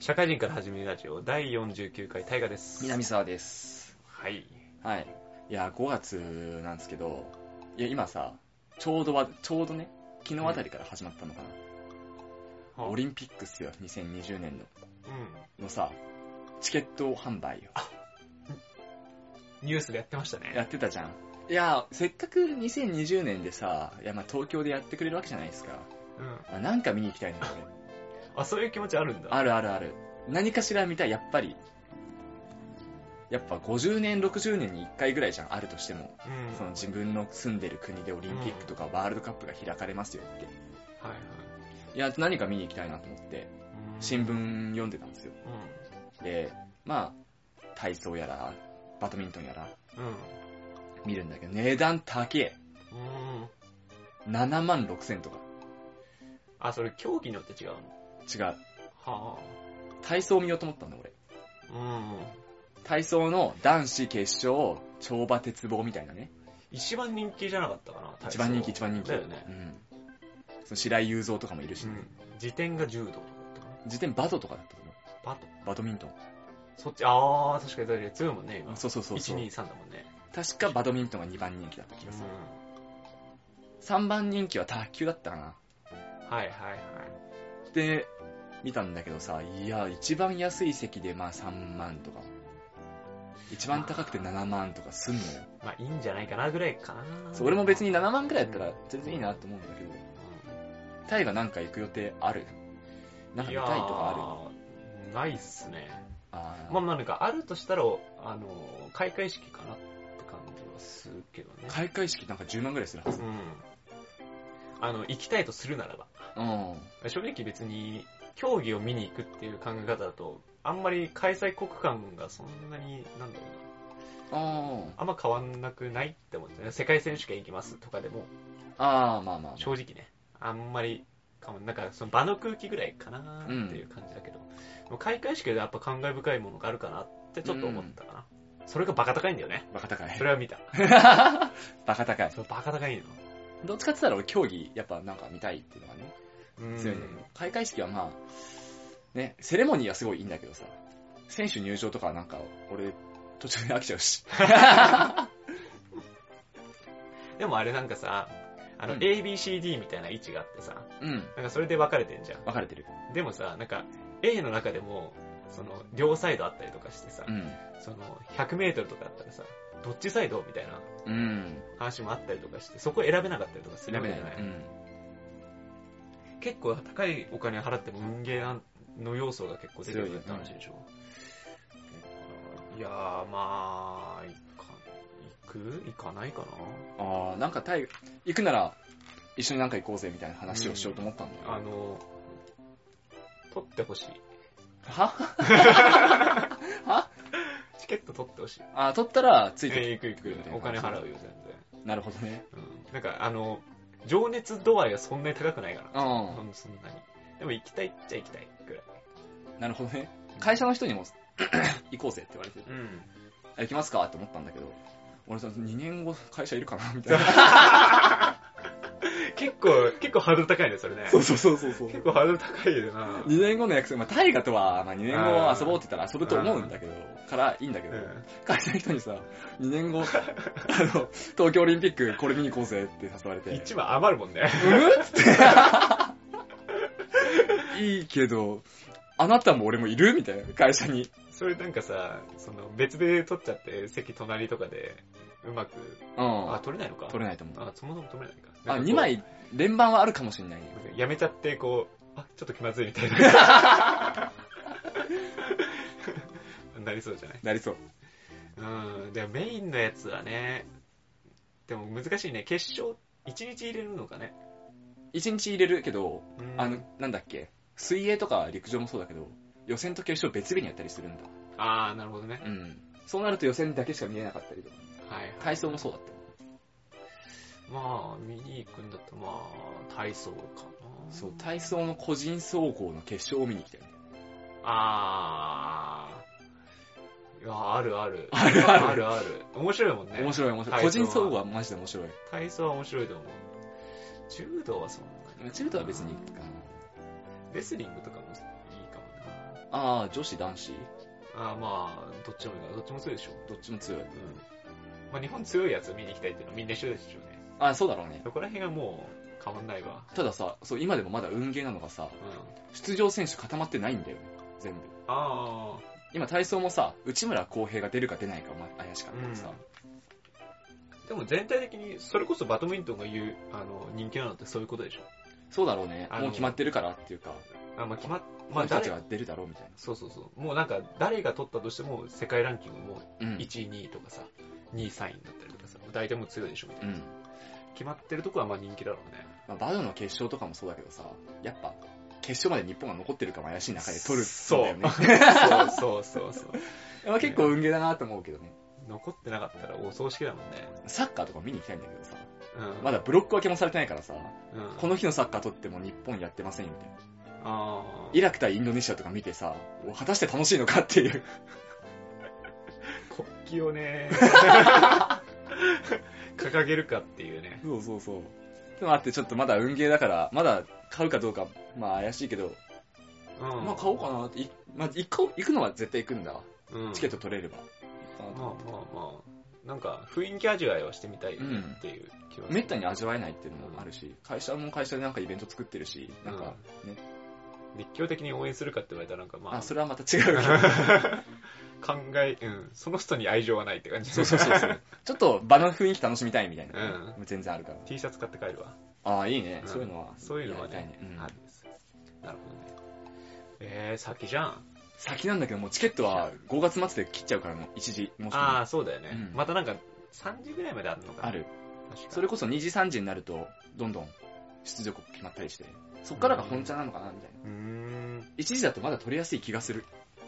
社会人から始めるラジオ第49回大河です南沢ですはいはいいや5月なんですけどいや今さちょうどわちょうどね昨日あたりから始まったのかな、オ俺リンピックっすよ2020年のうのさチケット販売をんニュースでやってましたやねってたじゃんいやせっかく2020年でさいや、まあ、東京でやってくれるわけじゃないですか、うんまあ、なんか見に行きたいのよねあそういう気持ちあるんだあるあるある。何かしら見たい、やっぱり。やっぱ50年、60年に1回ぐらいじゃん、あるとしても。うんその自分の住んでる国でオリンピックとかワールドカップが開かれますよっはて。いはいいや、何か見に行きたいなと思って、うん新聞読んでたんですよ。うで、まあ、体操やら、バドミントンやら、んうん見るんだけど、値段高え。うん7万6千とか。あそれ競技によって違うの違う。は体操見ようと思ったんだ、俺。あうん体操の男子決勝、跳馬鉄棒みたいなね。一番人気じゃなかったかな体操一番人気一番人気だよねうん、その白井雄三とかもいるし、うん時点が柔道とかだったか時点バドとかだったと思うなバトバドミントンそっちああ確かにだって強いもんね今そうそうそうそう123だもんね確かバドミントンが2番人気だった気がする、3番人気は卓球だったかなうんはいはいはいで見たんだけどさいや一番安い席でまあ3万とか一番高くて7万とかすんのよまあいいんじゃないかなぐらいかなそう俺も別にな7万くらいだったら全然いいなと思うんだけどタイがなんか行く予定あるなんか見たいとかあるないっすねあるあー、まあまあなんかあるとしたらあの開会式かなって感じはするけどね開会式なんか10万くらいするはずう、んあの行きたいとするならばうん、正直別に競技を見に行くっていう考え方だとあんまり開催国間がそんなになんだろうなああんま変わんなくないって思ってね世界選手権行きますとかでもあああまあまあ、ま正直ねあんまりかもなんかその場の空気ぐらいかなっていう感じだけど、でも開会式でやっぱ感慨深いものがあるかなってちょっと思ったかな、それがバカ高いんだよねあ、バカ高いそれは見たバカ高いそれバカ高いのどっちかって言ったら俺競技やっぱなんか見たいっていうのがねうん強いんだけど、開会式はまあねセレモニーはすごいいいんだけどさ選手入場とかはなんか俺途中で飽きちゃうしでもあれなんかさあのうん ABCD みたいな位置があってさ、うんなんかそれで分かれてんじゃん分かれてるでもさなんか A の中でもその両サイドあったりとかしてさ、うんその 100m とかだったらさどっちサイドみたいなうん話もあったりとかしてそこ選べなかったりとかするわ選べけなじいゃない、うん結構高いお金払っても運ゲーの要素が結構出てくるって話でしょ、いやーまあいか行く行かないかなああなんかタイ行くなら一緒になんか行こうぜみたいな話をしようと思ったんだよ、あの取ってほしいははチケット取ってほしいあー取ったらついえーて行く行くお金払うよ全然、くなるほどねうん、なんかあの情熱度合いがそんなに高くないからううんんそんなにでも行きたいっちゃ行きたいぐらいなるほどね会社の人にも 行こうぜって言われてうんあ行きますかって思ったんだけど俺さ2年後会社いるかなみたいな結構結構ハードル高いねそれね うそうそうそうそ結構ハードル高いよな2年後の約束、まあ、大河とは、まあ、2年あ後ー遊ぼうって言ったら遊ぶと思うんだけど、からいいんだけど、会社の人にさ、2 年後、あの、東京オリンピックこれ見に行こうぜって誘われて、 1枚余るもんね。いいけど、あなたも俺もいるみたいな、会社に。それなんかさ、その別で取っちゃって、席隣とかで、うまく、うんあ、。取れないのか取れないと思う。あ、そもそも取れないか。あ、なんかこう2。枚、連番はあるかもしれない。なんかやめちゃって、こう、あ、ちょっと気まずいみたいな。 なりそうじゃないなりそう。うん。でもメインのやつはね、でも難しいね。決勝、1日入れるのかね。 1日入れるけど、うんあの、なんだっけ、水泳とか陸上もそうだけど、予選と決勝別日にやったりするんだ。あー、なるほどね。うん。そうなると予選だけしか見えなかったりとか、はい、はい。体操もそうだったよ。まあ、見に行くんだったら、まあ、体操かな。そう、体操の個人総合の決勝を見に来たよ。あー。いや、あるある。あるあるあるある。面白いもんね。面白い面白体い。個操は人総合はマジで面白い。体操は面白いと思う。柔道はそんなに。チルトは別にいいかな。レスリングとかもいいかもな。ああ、女子、男子あーまあ、どっちもいいかなどっちも強いでしょ。どっちも強い。うん。まあ、日本強いやつ見に行きたいっていうのはみんな一緒でしょうね。ああ、そうだろうね。そこら辺がもう変わんないわ。たださ、そう、今でもまだ運ゲーなのがさう、ん。出場選手固まってないんだよね。全部。あ今体操もさ、内村航平が出るか出ないか、まあ、怪しかあ、ったからさ。でも全体的に、それこそバドミントンが言う、あの、人気なのってそういうことでしょ。そうだろうね。あのもう決まってるからっていうか、あまあ、決まっ、こまのあ、人たち誰が出るだろうみたいそうそうそう。もうなんか、誰が取ったとしても、世界ランキングもな。うん。 1位、2位とかさ、2位、3位になったりとかさ、大体もう強いでしょみたういな。ん。決まってるとこはまあ人気だろうね。 まあ、バドの決勝とかもそうだけどさ、やっぱ、決勝まで日本が残ってるかも怪しい中で取るんだよね。そうそうそうそう。 まあ結構運ゲーだなと思うけどね。残ってなかったらお葬式だもんね。サッカーとか見に行きたいんだけどさ、うん。まだブロック分けもされてないからさ、うん、この日のサッカー取っても日本やってませんよみたいな。あイラク対インドネシアとか見てさ、お果たして楽しいのかっていう。あ、国旗を ね、掲げるかっていうね。そうそうそう。でもあってちょっとまだ運ゲーだから、まだ買うかどうか、まあ怪しいけど、うん。まあ買おうかなって、いまあ行こう行くのは絶対行くんだわ。うん。チケット取れれば。まあまあまあ、なんか雰囲気味わいはしてみたいっていう気はするめったに味わえないっていうのもあるし、会社も会社でなんかイベント作ってるし、なんかね、熱狂的に応援するかって言われたらなんかまあ、あ、それはまた違うけ ど考え、うん、その人に愛情はないって感じ。そうそうそうそう。ちょっと場の雰囲気楽しみたいみたいな、全然あるから。 T シャツ買って帰るわ。ああ、いいね、うんそういうのは。そういうのはやね、りたいうんあるんですよ。なるほどね。えー、先じゃん。先なんだけど、もうチケットは5月末で切っちゃうからの、一時、もしあああ、そうだよね。うんまたなんか、3時ぐらいまであるのかな。あ。る。確かそれこそ2時、3時になると、どんどん出場国決まったりして、そっからが本茶なのかな、みたいな。うーん。 1時だとまだ取りやすい気がする。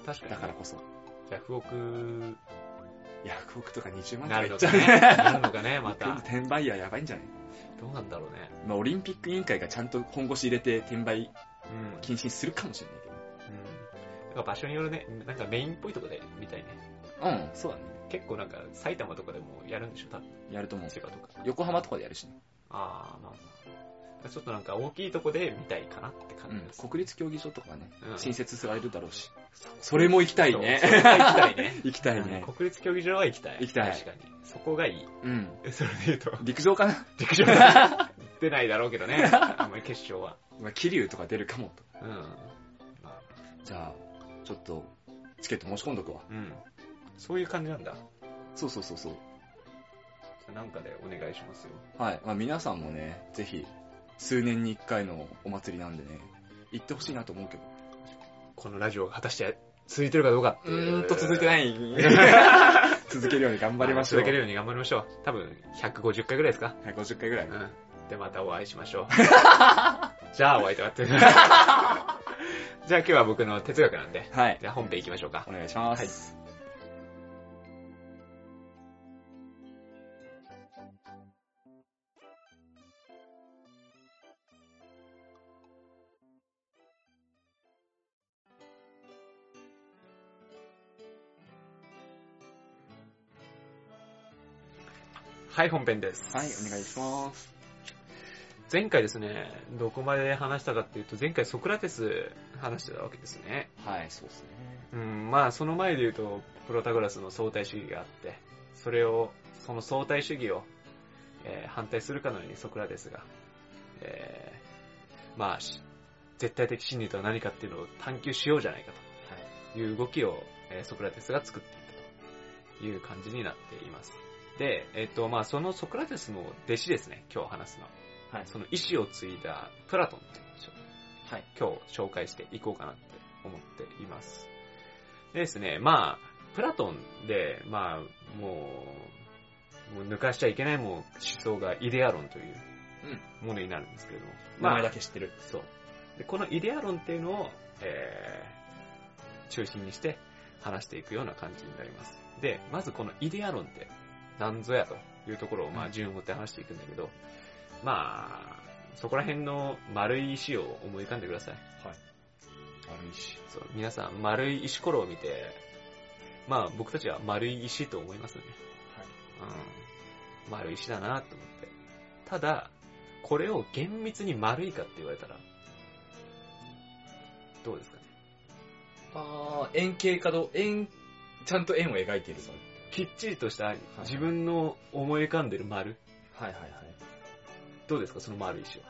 確かに。だからこそ。 100億100億とか20万となかるいっのちゃかう。ね。なるのかね、ま た。転売ヤーやばいんじゃないどうなんだろうね。まあ、オリンピック委員会がちゃんと本腰入れて転売うん。うん。禁止にするかもしれないなんか場所によるね、なんかメインっぽいとこで見たいね。けど。うん、そうだね。結構なんか埼玉とかでもやるんでしょ、多分。やると思う。千葉とか。横浜とかでやるしね。ああ、まあまあ。ちょっとなんか大きいとこで見たいかなって感うじんで。す。国立競技場とかがね、うん新設されるだろうし。そそれも行きたいそね。れは行きたいね。行きたいうんね。国立競技場は行きたい。行きたい確かに。そこがいい。うん。え それで言うと、陸上かな 陸上は出ないだろうけどね。 あんまり決勝は。まあ、桐生とか出るかもと。うん。まあ、じゃあ、ちょっと、チケット申し込んどくわ。うん。そういう感じなんだ。そうそうそうそう。なんかでお願いしますよ。はい。まあ、皆さんもね、ぜひ、数年に一回のお祭りなんでね、行ってほしいなと思うけど。このラジオが果たして続いてるかどうかってういう。ーんと続いてい。ない。 続けるように頑張りましょう。続けるように頑張りましょう。多分、150回ぐらいですか。 150回ぐらうい。ん。で、またお会いしまし ょう。じゃあ、お会いと なって。じゃあ、今日は僕の哲学なんで。はい。じゃあ、本編行きましょうか。お願いします。はい、本編です。はい、お願いします。前回ですね、どこまで話したかっていうと、前回ソクラテス話してたわけですね。はい、そうですね。うん、まあその前で言うと、プロタゴラスの相対主義があって、それを、その相対主義を、えー反対するかのようにソクラテスが、えーまあ、し絶対的真理とは何かっていうのを探求しようじゃないかという動きを、えーソクラテスが作っていたという感じになっています。で、えっ、と、まあそのソクラテスの弟子ですね、今日話すのは。はいその意志を継いだプラトンっていう人はい。今日紹介していこうかなって思っています。でですね、まあ、プラトンで、まあ、もう、もう抜かしちゃいけないもう思想がイデア論というものになるんですけれども。名前まだあ、け知ってる。そう。で、このイデア論っていうのを、えー、中心にして話していくような感じになります。で、まずこのイデア論って何ぞやというところを、まあ、順を追って話していくんだけど、まあ、そこら辺の丸い石を思い浮かんでください。悪いし。そう、皆さん、丸い石ころを見て、まあ僕たちは丸い石と思いますよね。うん。丸い石だなと思って。ただ、これを厳密に丸いかって言われたら、どうですかね。ああ、円形かど、円、ちゃんと円を描いている。きっちりとしたい自分の思い浮かんでる丸。はいはいはい。どうですかその丸石は。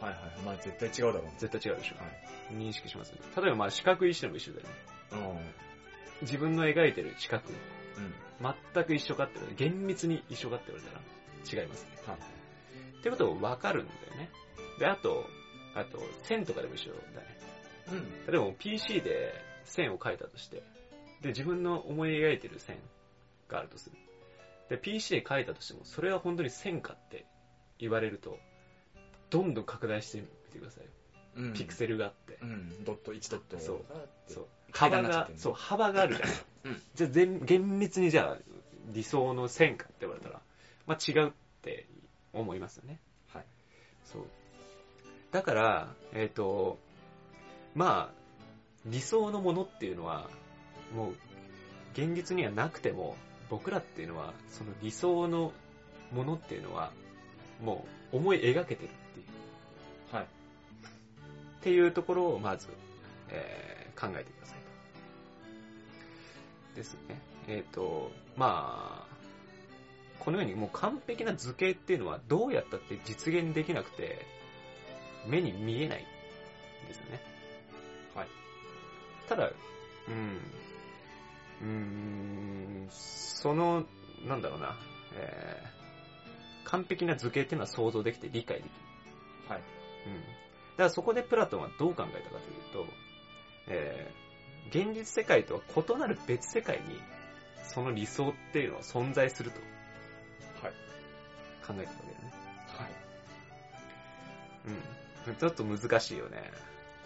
はいはい。まあ絶対違うだろうね。絶対違うでしょ、は認識しますね。例えばまあ四角い石でも一緒だよね。う自分の描いてる四角、ん。うん。全く一緒かって言われたら厳密に一緒かって言われたら違いますね。はい。ってことを分かるんだよね。で、あと、あと、線とかでも一緒だね。うん。例えば PC で線を描いたとして、で、自分の思い描いてる線があるとする。で、PC で描いたとしても、それは本当に線かって言われると、どんどん拡大してみてくださいよ。うん。ピクセルがあって。うん。ドット、1ドット。そう。そう。階幅段にながっちゃって、るねそう、幅があるじゃうんん。じゃあ全、厳密にじゃあ、理想の線かって言われたら、まあ違うって思いますよね。はい。そう。だから、えっ、と、まあ、理想のものっていうのは、もう、現実にはなくても、僕らっていうのは、その理想のものっていうのは、もう思い描けてるっていう、はい。っていうところをまず、えー考えてくださいと。ですね。えっ、と、まあ、このようにもう完璧な図形っていうのはどうやったって実現できなくて、目に見えないんですよね。はい。ただ、うん、うーん、その、なんだろうな、えー完璧な図形っていうのは想像できて理解できる。はい。うん。だからそこでプラトンはどう考えたかというと、えー現実世界とは異なる別世界に、その理想っていうのは存在するとはい。考えたわけだね。はい。うん。ちょっと難しいよね。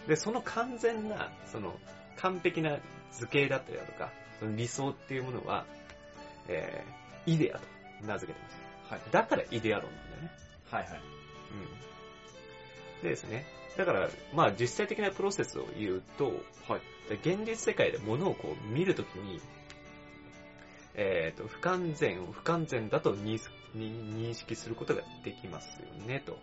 で、その完全な、その、完璧な図形だったりだとか、その理想っていうものは、えー、イデアと名付けてます。はい。だからイデア論なんだよね。はいはい。うん。でですね、だから、まあ実際的なプロセスを言うと、はい。現実世界で物をこう見るときに、えっ、と、不完全を不完全だと認識認識することができますよね、と。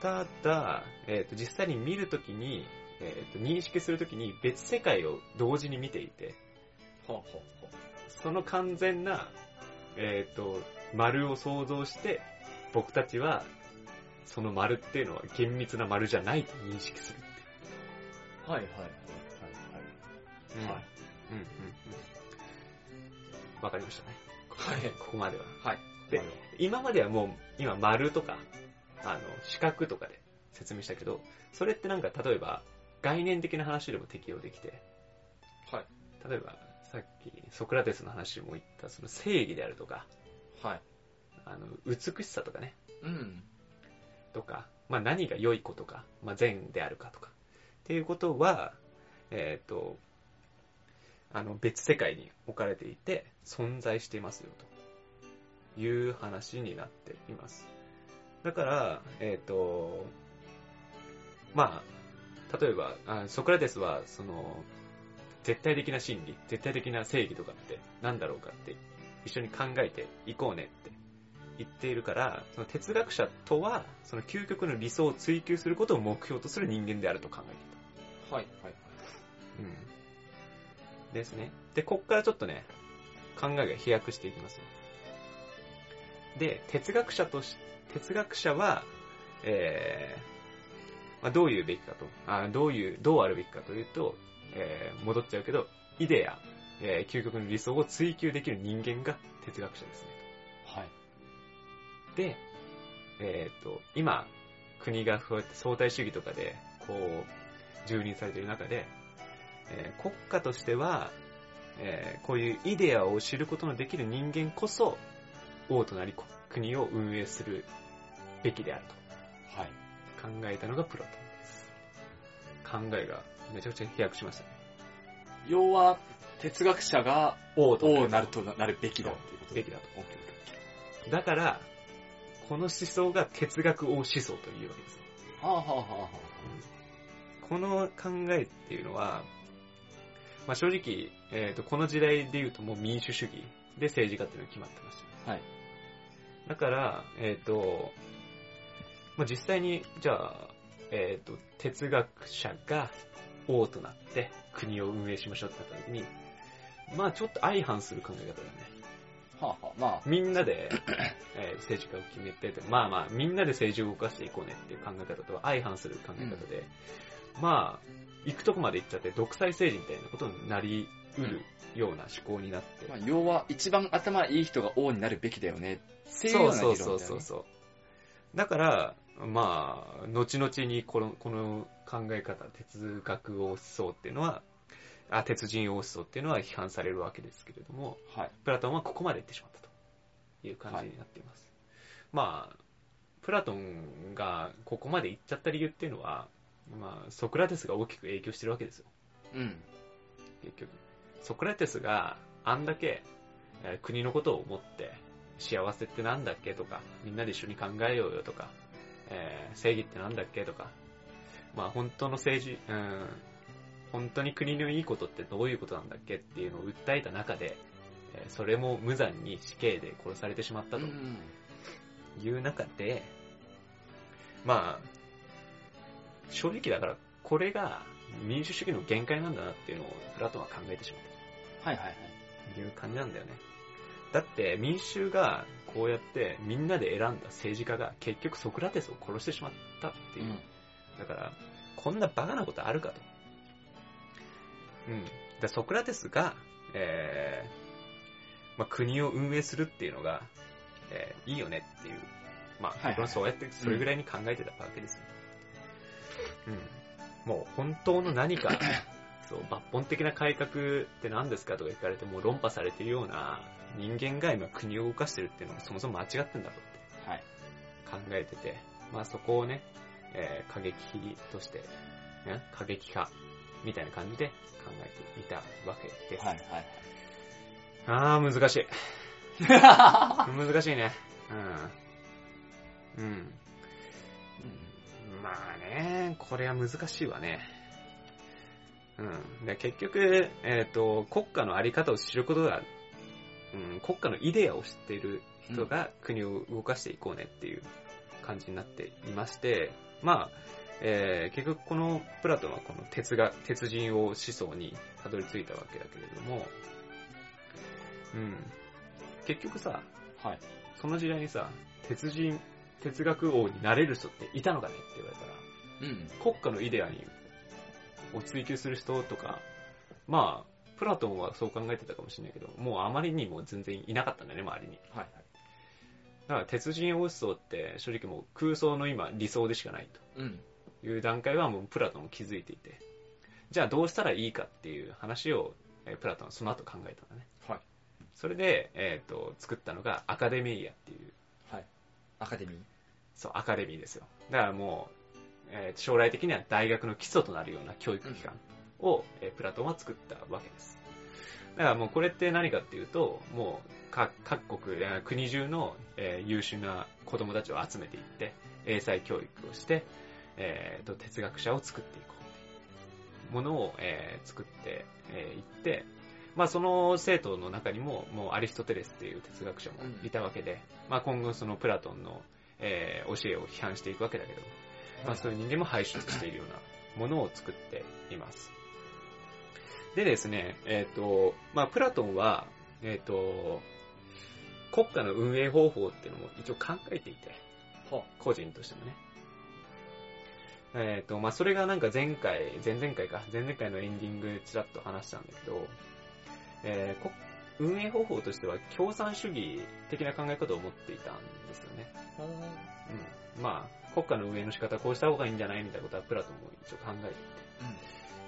ただ、えっ、と、実際に見るときに、えっ、と、認識するときに別世界を同時に見ていて、ほうほうほその完全な、えっ、と、丸を想像して、僕たちは、その丸っていうのは厳密な丸じゃないと認識する。う。はいはい。うんうんうんうはい。ん。わかりましたね。はい。はい。ここまでは。はい。で今まではもう、今丸とか、あの、四角とかで説明したけど、それってなんか例えば、概念的な話でも適用できて、はい。例えば、さっきソクラテスの話でも言った、その正義であるとか、はい。あの、美しさとかね、うん。とか、まあ何が良いことか、まあ善であるかとか、っていうことは、えっ、と、あの別世界に置かれていて存在していますよという話になっています。だから、えっ、と、まあ、例えば、あソクラテスは、その、絶対的な真理、絶対的な正義とかって何だろうかって一緒に考えていこうねって言っているから、その哲学者とは、その究極の理想を追求することを目標とする人間であると考えていた。はい。はい。うん。ですね。で、こっからちょっとね、考えが飛躍していきますよ。で、哲学者とし、哲学者は、えー、まあ、どういうべきかと、あどういう、どうあるべきかというと、えー、戻っちゃうけど、イデア、えー究極の理想を追求できる人間が哲学者ですね。はい。で、えっ、と、今、国がそうやって相対主義とかで、こう、蹂躙されている中で、えー国家としては、えーこういうイデアを知ることのできる人間こそ、王となり国国を運営するべきであるはい。と考えたのがプロトンです。考えがめちゃくちゃ飛躍しましたね。要は、哲学者が王王になるとなるべきだっていうことべきだと。オッケーオッケだから、この思想が哲学王思想というわけですよ。ーはあはあはあはこの考えっていうのは、まあ、正直、えーと、この時代で言うともう民主主義で政治家っていうのが決まってました。あ。はい。だから、えっ、と、まあ、実際に、じゃあ、えっ、と、哲学者が、王となって国を運営しましょうってなった時に、まあちょっと相反する考え方だよね。はあ、はあ、まあ、みんなで、えー政治家を決めてて、まあまあみんなで政治を動かしていこうねっていう考え方とは相反する考え方で、まあ、行くとこまで行っちゃって独裁政治みたいなことになりうるような思考になって、まあ、要は一番頭いい人が王になるべきだよねっていうよそううな議論そうだよね。そうそうそう。だから、まあ、後々にこのこの考え方、哲学を推しそうっていうのは、あ、鉄人を推しそうっていうのは批判されるわけですけれども、はい。プラトンはここまで行ってしまったという感じになっています。まあ、プラトンがここまで行っちゃった理由っていうのは、まあ、ソクラテスが大きく影響してるわけですよ。うん。結局。ソクラテスがあんだけ、えー国のことを思って、幸せってなんだっけとか、みんなで一緒に考えようよとか、えー正義ってなんだっけとか、まあ本当の政治、うん、本当に国のいいことってどういうことなんだっけっていうのを訴えた中で、えーそれも無残に死刑で殺されてしまったうとん。いう中で、まあ、正直だから、これが民主主義の限界なんだなっていうのをプラトンは考えてしまった。はいはいはい。いう感じなんだよね。だって民衆がこうやってみんなで選んだ政治家が結局ソクラテスを殺してしまったっていう。うんだから、こんなバカなことあるかと。うん。でソクラテスが、えー、まあ、国を運営するっていうのが、えー、いいよねっていう。まあ、はいはい僕はそうやって、それぐらいに考えてたわけですよ。うん。もう本当の何 か、そう、抜本的な改革って何ですかとか聞かれてもう論破されてるような人間が今国を動かしてるっていうのもそもそも間違ってんだろうって。はい。考えてて、まあそこをね、えー過激として、ね、過激化みたいな感じで考えていたわけです。はいあー、難しい。は難しいね。うん。うん。い。うんまあね、これは難しいわね。うん。で結局、えっ、と、国家のあり方を知ることが、うん、国家のイデアを知っている人が国を動かしていこうねっていう感じになっていまして、まあ、えー結局このプラトンはこの鉄が、鉄人を思想にたどり着いたわけだけれども、うん。結局さ、はい。その時代にさ、鉄人、哲学王になれる人っていたのかねって言われたら、うん。国家のイデアに、を追求する人とか、まあ、プラトンはそう考えてたかもしれないけど、もうあまりにも全然いなかったんだよね、周りに。はいはい。だから、鉄人王思想って、正直もう空想の今、理想でしかないうん。という段階はもうプラトンも気づいていて、じゃあどうしたらいいかっていう話を、えープラトンはその後考えたんだね。はい。それで、えっ、と、作ったのがアカデミーアっていう、はい。アカデミー。そう、アカデミーですよ。だからもう、えー将来的には大学の基礎となるような教育機関を、えープラトンは作ったわけです。だからもうこれって何かっていうと、もうか各国、えー国中の、えー優秀な子供たちを集めていって、英才教育をして、えーと哲学者を作っていこう。ものを、えー作ってい、えーいって、まあその生徒の中にも、もうアリストテレスっていう哲学者もいたわけで、まあ今後そのプラトンのえー教えを批判していくわけだけど、まあ、そういう人間も排出しているようなものを作っています。でですね、えっ、と、まあ、プラトンは、えっ、と、国家の運営方法っていうのも一応考えていて、は個人としてもね。えっ、と、まあ、それがなんか前回、前々回か、前々回のエンディングでちらっと話したんだけど、えーこ運営方法としては共産主義的な考え方を持っていたんですよね。ううん、まあ、国家の運営の仕方こうした方がいいんじゃないみたいなことはプラトンも一応考えていて。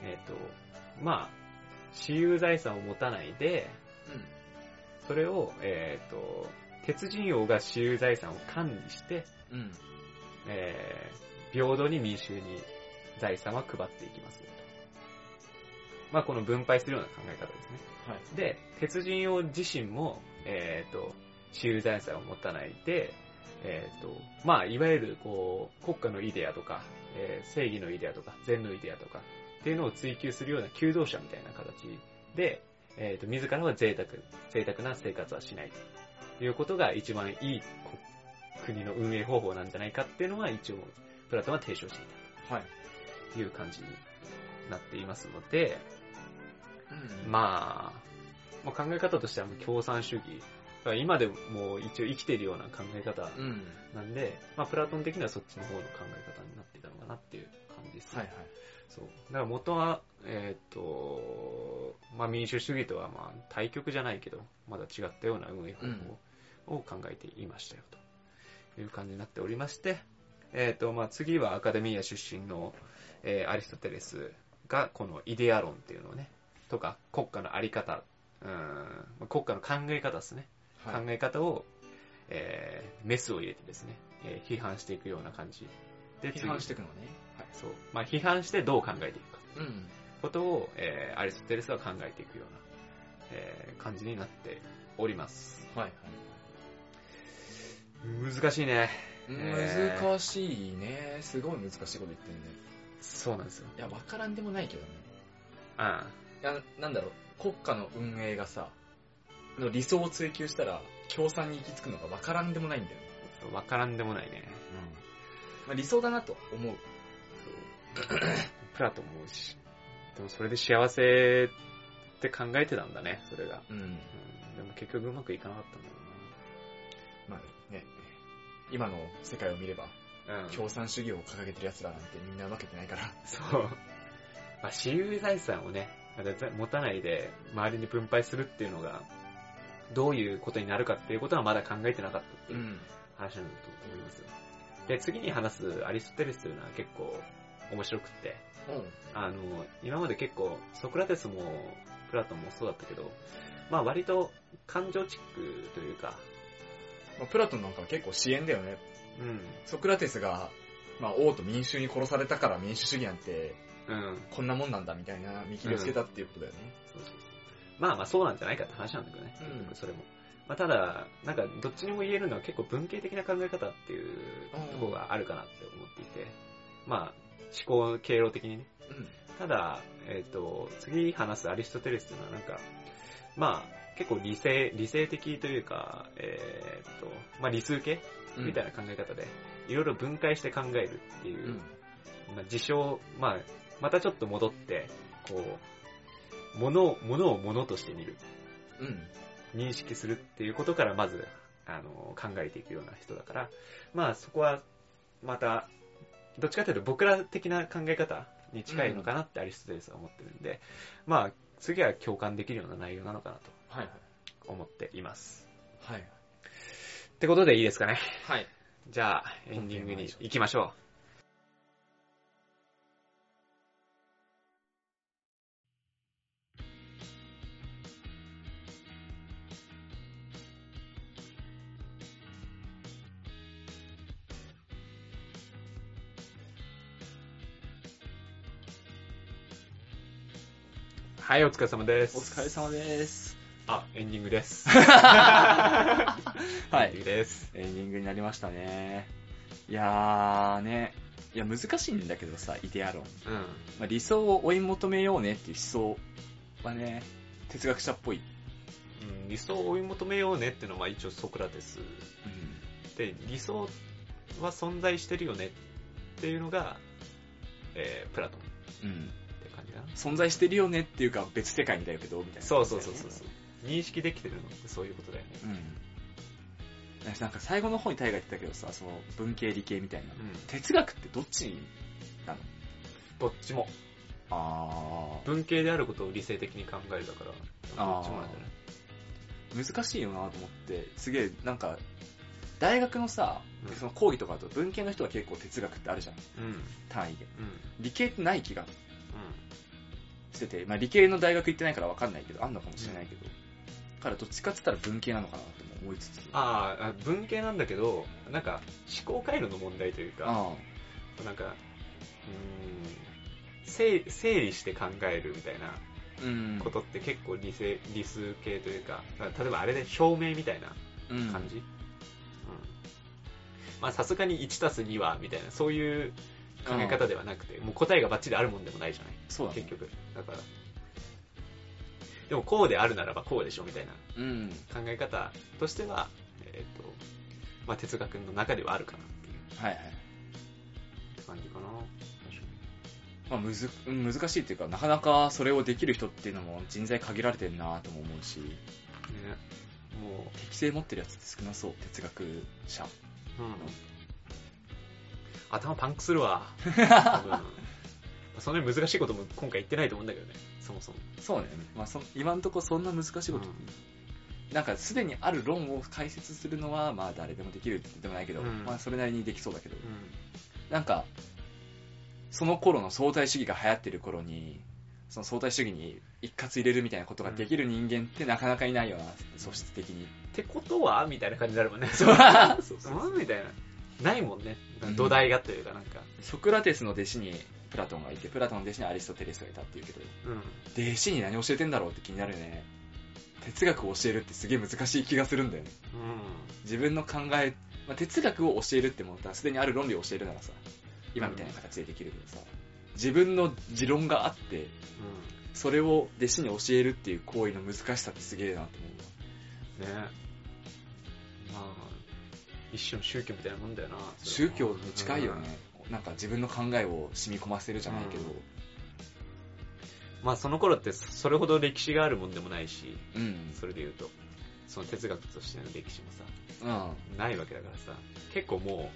ん。えっ、と、まあ、私有財産を持たないで、うん。それを、えっ、と、鉄人王が私有財産を管理して、うん。えー平等に民衆に財産は配っていきますよと。まあ、この分配するような考え方ですね。はい。で、鉄人王自身も、えっ、と、私有財産を持たないで、えっ、と、まあ、いわゆる、こう、国家のイデアとか、えー正義のイデアとか、善のイデアとか、っていうのを追求するような求道者みたいな形で、えっ、と、自らは贅沢、贅沢な生活はしないということが一番いいこ国の運営方法なんじゃないかっていうのは一応、プラトンは提唱していたはい。という感じになっていますので、うんまあ、まあ、考え方としてはもう共産主義。だから今でも一応生きているような考え方うん。なんで、まあ、プラトン的にはそっちの方の考え方になっていたのかなっていう感じですね。はいはい。そう。だから元は、えーっと、まあ、民主主義とはまあ対極じゃないけど、まだ違ったような運営方法を考えていましたよ、という感じになっておりまして、えーっと、まあ、次はアカデミーア出身の、えーアリストテレスがこのイデア論っていうのをね、とか国家のあり方、うーんまあ国家の考え方ですね。は考いえ方を、えーメスを入れてですね、えー批判していくような感じ。で、。批判してていくのね。はい。そう。まあ、批判してどう考えていくか。うん。ことを、えーアリストテレスは考えていくような、えー感じになっております。はいはい。難しいね。えー難しいね。すごい難しいこと言ってるね。そうなんですよ。いや、わからんでもないけどね。あいや、なんだろう、国家の運営がさ、の理想を追求したら、共産に行き着くのがわからんでもないんだよね。あ、わからんでもないね。まあ、理想だなと思う。プラトンも多いし。でもそれで幸せって考えてたんだね、それが。うん。うん、でも結局うまくいかなかったんだまあね、今の世界を見れば、ろうな。うん。共産主義を掲げてる奴らなんてみんなわけじゃないから。そう。まあ、私有財産をね、まだ持たないで周りに分配するっていうのが、どういうことになるかっていうことはまだ考えてなかったっていう。ん。話なんだと思いますよ。で、次に話すアリストテレスというのは結構面白くって、あの、今まで結構ソクラテスもプラトンもそうだったけど、まあ割と感情チックというか、まあ、プラトンなんかは結構支援だよね。うん、ソクラテスが、まあ、王と民衆に殺されたから民主主義なんて、うん、こんなもんなんだみたいな見切りをつけたっていうことだよね。そうそうそう。まあまあそうなんじゃないかって話なんだけどね、うんそれも。まあただ、なんかどっちにも言えるのは結構文系的な考え方っていうところがあるかなって思っていて、まあ思考経路的にね、うん。ただ、えっ、と、次話すアリストテレスというのはなんか、まあ、結構理性、理性的というか、えっ、と、まあ理数系みたいな。な考え方で、いろいろ分解して考えるっていう、まあ事象、まあ、またちょっと戻って、こう、ものを、ものをものとして見る、うん。認識するっていうことからまず、あの、考えていくような人だから、まあそこは、また、どっちかというと僕ら的な考え方に近いのかなってアリストテレスは思ってるんで、まあ次は共感できるような内容なのかなはいはい。と思っています。はい。ってことでいいですかね。はい。じゃあエンディングに行きましょう。はい、お疲れ様です。お疲れ。様です。あ、エンディングです。はエンディンい。グです。エンディングになりましたね。いやーね、いや難しいんだけどさ、イデア論。うん。まあ、理想を追い求めようねっていう思想はね、哲学者っぽい。うん理想を追い求めようねってのはまあ一応ソクラテスで理想は存在してるよねっていうのが、えー、プラトンっうん。て感じかな存在してるよねっていうか別世界にだけど、みたいな、そうそうそうそうそう認識できてるのってそういうことだよねうん。なんか最後の方に大河言ってたけどさ、その文系理系みたいな。うん哲学ってどっちにどっちもあ文系であることを理性的に考えるだからあーどっちもなんじゃない難しいよなと思って、すげえ、なんか、大学のさうん、その講義とかだと文系の人は結構哲学ってあるじゃん、うんうん単位で。理系ってない気がしてて、まあ理系の大学行ってないから分かんないけど、あんのかもしれないけど、だからどっちかって言ったら文系なのかなっても思いつつ。あーあ文系なんだけどなんか思考回路の問題というかあなんかうーん整整理して考えるみたいなあ、うんことって結構理性理数系というか例えばあれで証明みたいな感じ、うんまあさすがに 1+2 はみたいなそういう考え方ではなくてもう答えがバッチリあるもんでもないじゃないそうだね。結局だからでもこうであるならばこうでしょみたいなうん。考え方としては、えっとまあ、哲学の中ではあるかなっていはいはい。う感じかな確かにまあ、むずうん難しいっていうかなかなかそれをできる人っていうのも人材限られてるなとも思うしね。も適性持ってるやつって少なそう哲学者う、うん。頭パンクする わ。多分そんなに難しいことも今回言ってないと思うんだけどね、そもそも。そうね、まあ、そ今んとこそんな難しいこと、うんなんかすでにある論を解説するのはまあ誰でもできるでもないけど、うんまあ、それなりにできそうだけどうなんかその頃の相対主義が流行ってる頃にその相対主義に一括入れるみたいなことができる人間ってなかなかいないよな素質的にん。ってことはみたいな感じになるもん ね。そうそうそううんみたいな。ないもんねうん。土台がというかなんか。ソクラテスの弟子にプラトンがいてプラトンの弟子にアリストテレスがいたっていうけどうん。弟子に何教えてんだろうって気になるよね哲学を教えるってすげえ難しい気がするんだよね自分の考え、まあ、哲学を教えるってものはすでにある論理を教えるならさ今みたいな形でできるけどさ自分の持論があってそれを弟子に教えるっていう行為の難しさってすげえなって思うわうん。ねまあ、一種の宗教みたいなもんだよな。それは宗教に近いよね、なんか自分の考えを染み込ませるじゃないけどまあその頃ってそれほど歴史があるもんでもないし、うん、それで言うと、その哲学としての歴史もさ、うんないわけだからさ、結構も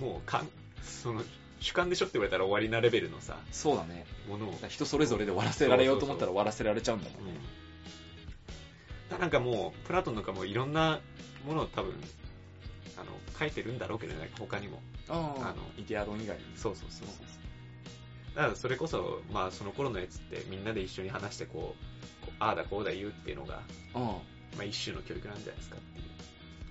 う、もうかん、その、主観でしょって言われたら終わりなレベルのさ、そうだねものを。だから人それぞれで終わらせられようと思ったら終わらせられちゃうんだもんうねんだからなんかもう、プラトンとかもいろんなものを多分、あの、書いてるんだろうけどね、他にも。ああのイデア論以外にそうそうそうそう。だからそれこそ、まあその頃のやつってみんなで一緒に話してこう、こうああだこうだ言うっていうのが、うんまあ一種の教育なんじゃないですかっていう。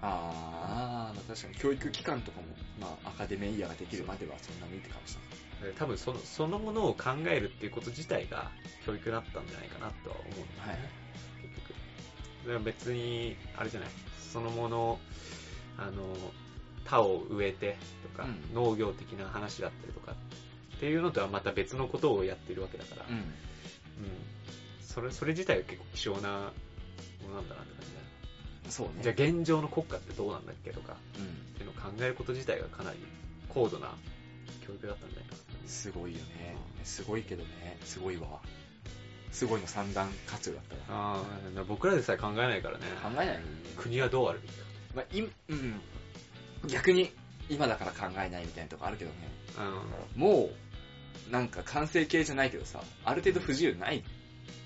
あーまあ確かに教育機関とかも、まあ、アカデミーイヤーができるまではそんなにってかもしれないで多分そのそのものを考えるっていうこと自体が教育だったんじゃないかなとは思うんだよね、結局だから別にあれじゃないそのものあの田を植えてとか、うん農業的な話だったりとかっていうのとはまた別のことをやってるわけだから、うんんそれそれ自体は結構希少なものなんだなって感じだねそうねじゃあ現状の国家ってどうなんだっけとかうんっていうのを考えること自体がかなり高度な教育だったんじゃないかなって感じすごいよねすごいけどねすごいわすごいの三段活用だったわああ、僕らでさえ考えないからね。考えないよね、国はどうあるべきまあ、いうん逆に今だから考えないみたいなとこあるけどねか。もうなんか完成形じゃないけどさある程度不自由ない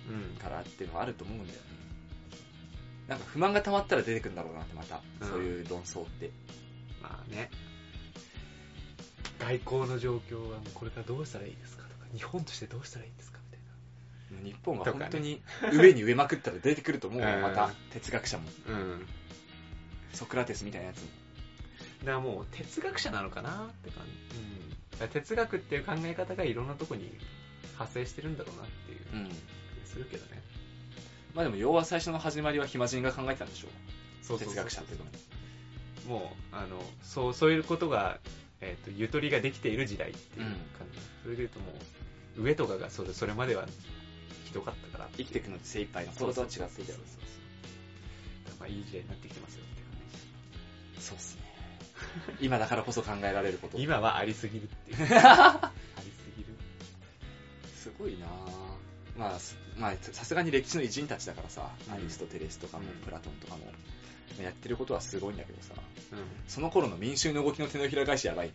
うん。うん。からっていうのはあると思うんだよねなんか不満が溜まったら出てくるんだろうなってまた、うんそういう論争ってまあね。外交の状況はもうこれからどうしたらいいですかとか、日本としてどうしたらいいんですかみたい日本がとか本ね当に上に上まくったら出てくると思うよ、うんまた哲学者もな。うん。ソクラテスみたいなやつもだからもう哲学者なのかなって感じ。うん。だから哲学っていう考え方がいろんなとこに発生してるんだろうなっていう気うんがするけどね。まあでも要は最初の始まりは暇人が考えてたんでしょそうそうそう哲学者っていうのはもう、あの、そう、そういうことが、えっ、と、ゆとりができている時代っていう感じ。それで言うともう、上とかがそれそれまではひどかったから。生きていくのって精一杯のそう頃とそうは違っていたそうそうそうまあ、いい時代になってきてますよって感じ。そうっすね今だからこそ考えられること今はありすぎるっていう。 ありすぎる。すごいなぁまあ、すまあ、ささすがに歴史の偉人たちだからさ、うんアリストテレスとかもうんプラトンとかも、やってることはすごいんだけどさ、うその頃の民衆の動きの手のひら返しやばい。ん。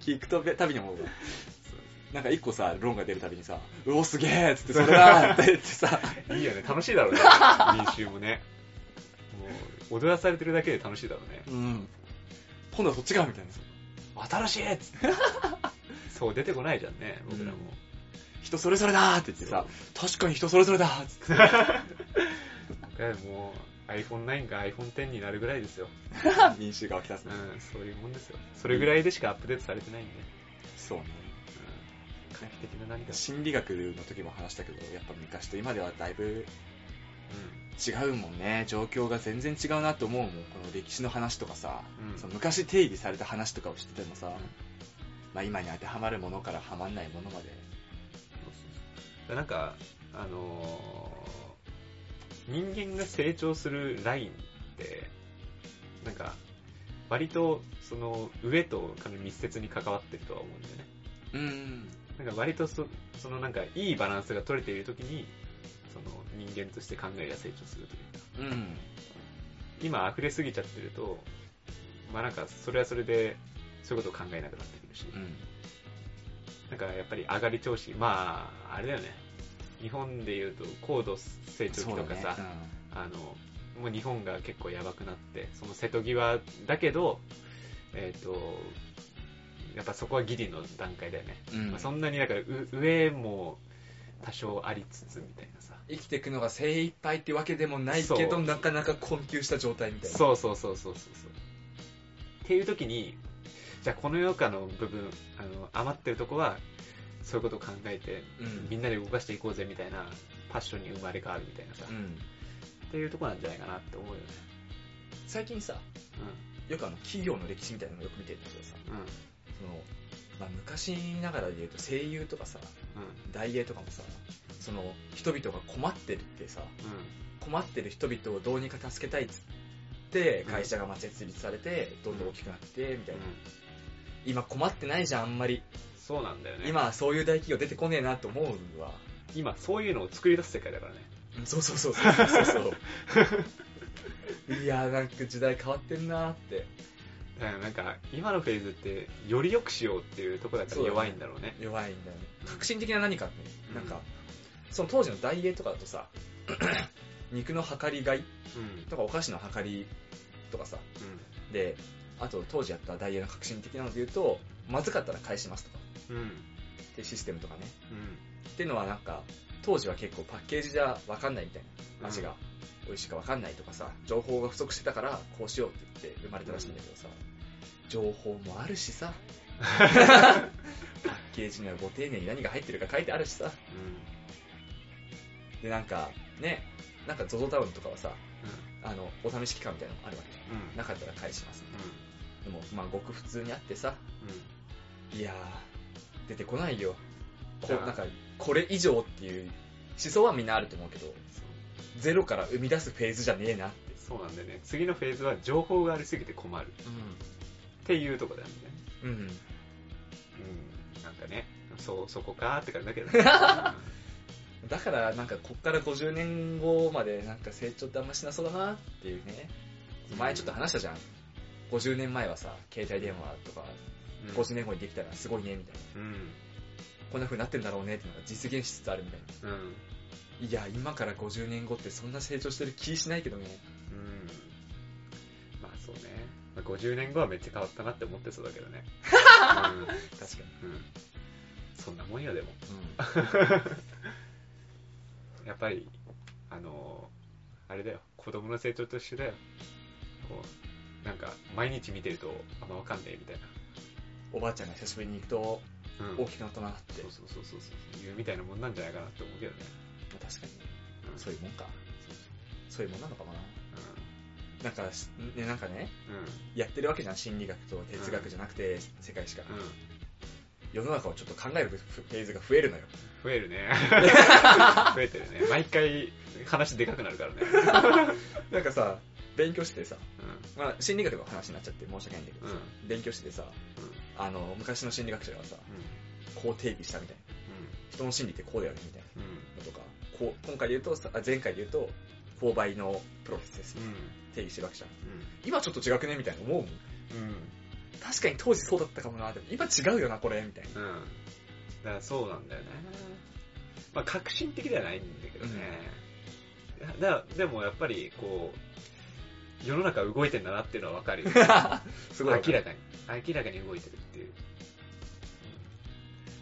聞くとべたびに思うわ。なんか一個さ、論が出るたびにさ、うお、すげえっつって、それだーって言って さ、いいよね、楽しいだろうね。民衆もね。もう、踊らされてるだけで楽しいだろうね。うん。今度はそっちかみたいなさ、新しいっつって。そう、出てこないじゃんね、僕らも。人それぞれだーって言ってさ、確かに人それぞれだーっつって。えもう iPhone9 か iPhone10 になるぐらいですよ。 民衆が沸き立つうね。ん、そういうもんですよ。それぐらいでしかアップデートされてないんで。そうね。うん。画期的な何か。心理学の時も話したけど、やっぱ昔と今ではだいぶ違うもんね状況が全然違うなって思うもんこの歴史の話とかさ、うん。うん。その昔定義された話とかを知っててもさ、まあ、今に当てはまるものからはまんないものまでなんか、あのー人間が成長するラインって、なんか、割と、その、上とかに密接に関わってるとは思うんだよね。うんなんか割とそそのなんかいいバランスが取れている時にその人間として考えが成長するというかうん今溢れすぎちゃってるとまあなんかそれはそれでそういうことを考えなくなってくるし、うんなんかやっぱり上がり調子まああれだよね日本でいうと高度成長期とかさ、そうだねあのもう日本が結構やばくなってその瀬戸際だけどえっ、とやっぱそこはギリの段階だよね、うんうんまあ、そんなにだからう上も多少ありつつみたいなさ生きていくのが精一杯ってわけでもないけそどうなかなか困窮した状態みたいなそうそうそうそうそうそうっていう時にじゃあこの世下の部分あの余ってるとこはそういうことを考えてううんみんなで動かしていこうぜみたいなパッションに生まれ変わるみたいなさ、うっんていうとこなんじゃないかなって思うよね最近さよくあの企業の歴史みたいなのよく見てるんだけどさうんうんその、まあ、昔ながらで言うと声優とかさ大英とかもさその人々が困ってるってさうんうん困ってる人々をどうにか助けたいっつって会社がまあ設立されてどんどん大きくなってみたいな今困ってないじゃんあんまりそうなんだよね今今はそういう大企業出てこねえなと思うわそういうのを作り出す世界だからねうんそうそうそうそうそう そういやーなんか時代変わってんなーってだからなんか今のフェーズってより良くしようっていうところだから弱いんだろうね弱いんだよね革新的な何かってね、なんかその当時の大英とかだとさ 肉の量り買ういんとかお菓子の量りとかさであと当時やったダイエーの革新的なので言うとまずかったら返しますとかうんうんっていうシステムとかねっていうのはなんか当時は結構パッケージじゃ分かんないみたいうんな味が美味しいか分かんないとかさ情報が不足してたからこうしようって言って生まれたらしいんだけどさ情報もあるし さパッケージにはご丁寧に何が入ってるか書いてあるしさでなんかねなんか ZOZO タウンとかはさあのお試し期間みたいなのもあるわけじうんうんゃんなかったら返しますでもまあごく普通にあってさうんうんいやー、出てこないよ。こじゃあなんか、これ以上っていう思想はみんなあると思うけど、ゼロから生み出すフェーズじゃねえなって。そうなんだよね次のフェーズは情報がありすぎて困るっていうとこだよねうん。うん。うんなんかねそうそこかーって感じだけ どだから、なんか、こっから50年後まで、なんか成長ってあんましなそうだなっていうね。前ちょっと話したじゃん。50年前はさ、携帯電話とか、うん50年後にできたらすごいね、みたいな。うんこんな風になってんだろうねっていうのが実現しつつあるみたいな。うんいや、今から50年後ってそんな成長してる気しないけどね。うんまあそうねまあ50年後はめっちゃ変わったなって思ってそうだけどね、確かに。うんうん、そんなもんよでもうん。やっぱりあのーあれだよ子供の成長と一緒だよこうなんか毎日見てるとあんまわかんねえみたいおばあちゃんが久しぶりに行くとな、うん大きくなったなって、そうそうそうそうそう言うみたいなもんなんじゃないかなって思うけどね、確かにうん、そういうもんかそうそういうもんなのかもなそうなんかしねなんかねうんやってるわけじゃん心理学と哲学じゃなくて世界しか、うんうん世の中をちょっと考えるフェーズが増えるのよ増えるね増えてるね毎回話でかくなるからねなんかさ勉強しててさ、うまあ、心理学の話になっちゃって申し訳ないんだけどんうさ、ん勉強しててさあの昔の心理学者がさこう定義したみたいな人の心理ってこうだよねみたいうんなのとかこう今回で言うとさあ前回で言うと勾配のプロセスうん定義してるわけじゃん今ちょっと違くねみたいな思ううもんんうん確かに当時そうだったかもなって今違うよなこれみたいなうんうんだからそうなんだよねまあ革新的ではないんだけどね、だからでもやっぱりこう世の中動いてんだなっていうのはわかるよす明ごいらかに明らかに動いてるっていう、うん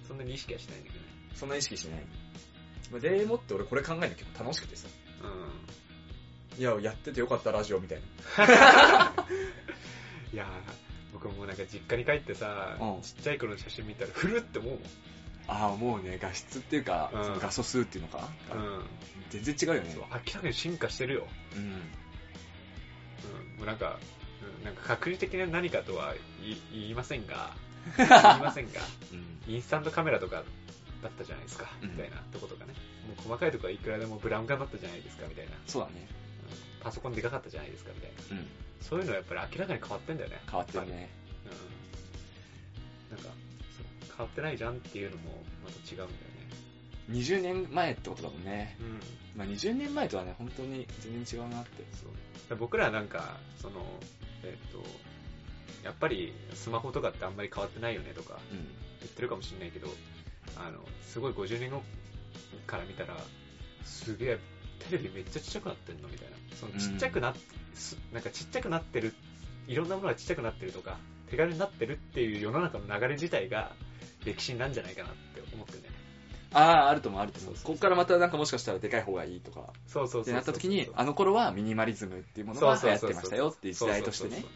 そんなに意識はしないんだけどねそんな意識しないまあでもって俺これ考えるの結構楽しくてさうんいややっててよかったラジオみたいいやー僕もなんか実家に帰ってさ、うんちっちゃい頃の写真見たらふるって思うなああもうね画質っていうかうんその画素数っていうのか、もん、うん全然違うよねそう明らかに進化してるよ、うんうん、もうなんか、うん、なんか確率的な何かとは言い言いません が言いませんがうんインスタントカメラとかだったじゃないですか、うんみたいなとことかねもう細かいとこはいくらでもブラウン管だったじゃないですかみたいな、うんそうだねパソコンでかかったじゃないですかみたいなうんそういうのはやっぱり明らかに変わってんだよね変わってるねうんなんかそう変わってないじゃんっていうのもまた違うんだよね。 20年前ってことだもんね。うん。まあ、20年前とはね、本当に全然違うなって。そうだから僕らなんか、その、えっ、と、やっぱりスマホとかってあんまり変わってないよねとかうん。言ってるかもしれないけど、あの、すごい50年後から見たら、すげえ、テレビめっちゃちっちゃくなってんのみたいな。そのちっちゃくなっ、すなんかちっちゃくなってる、いろんなものがちっちゃくなってるとか、手軽になってるっていう世の中の流れ自体が歴史になんじゃないかなって思ってね。ああ、あるともあるとも。こっからまたなんかもしかしたらでかい方がいいとか、そうそうそうそうってなった時に、あの頃はミニマリズムっていうものが流行ってましたよっていう時代としてそうねそうそう。そう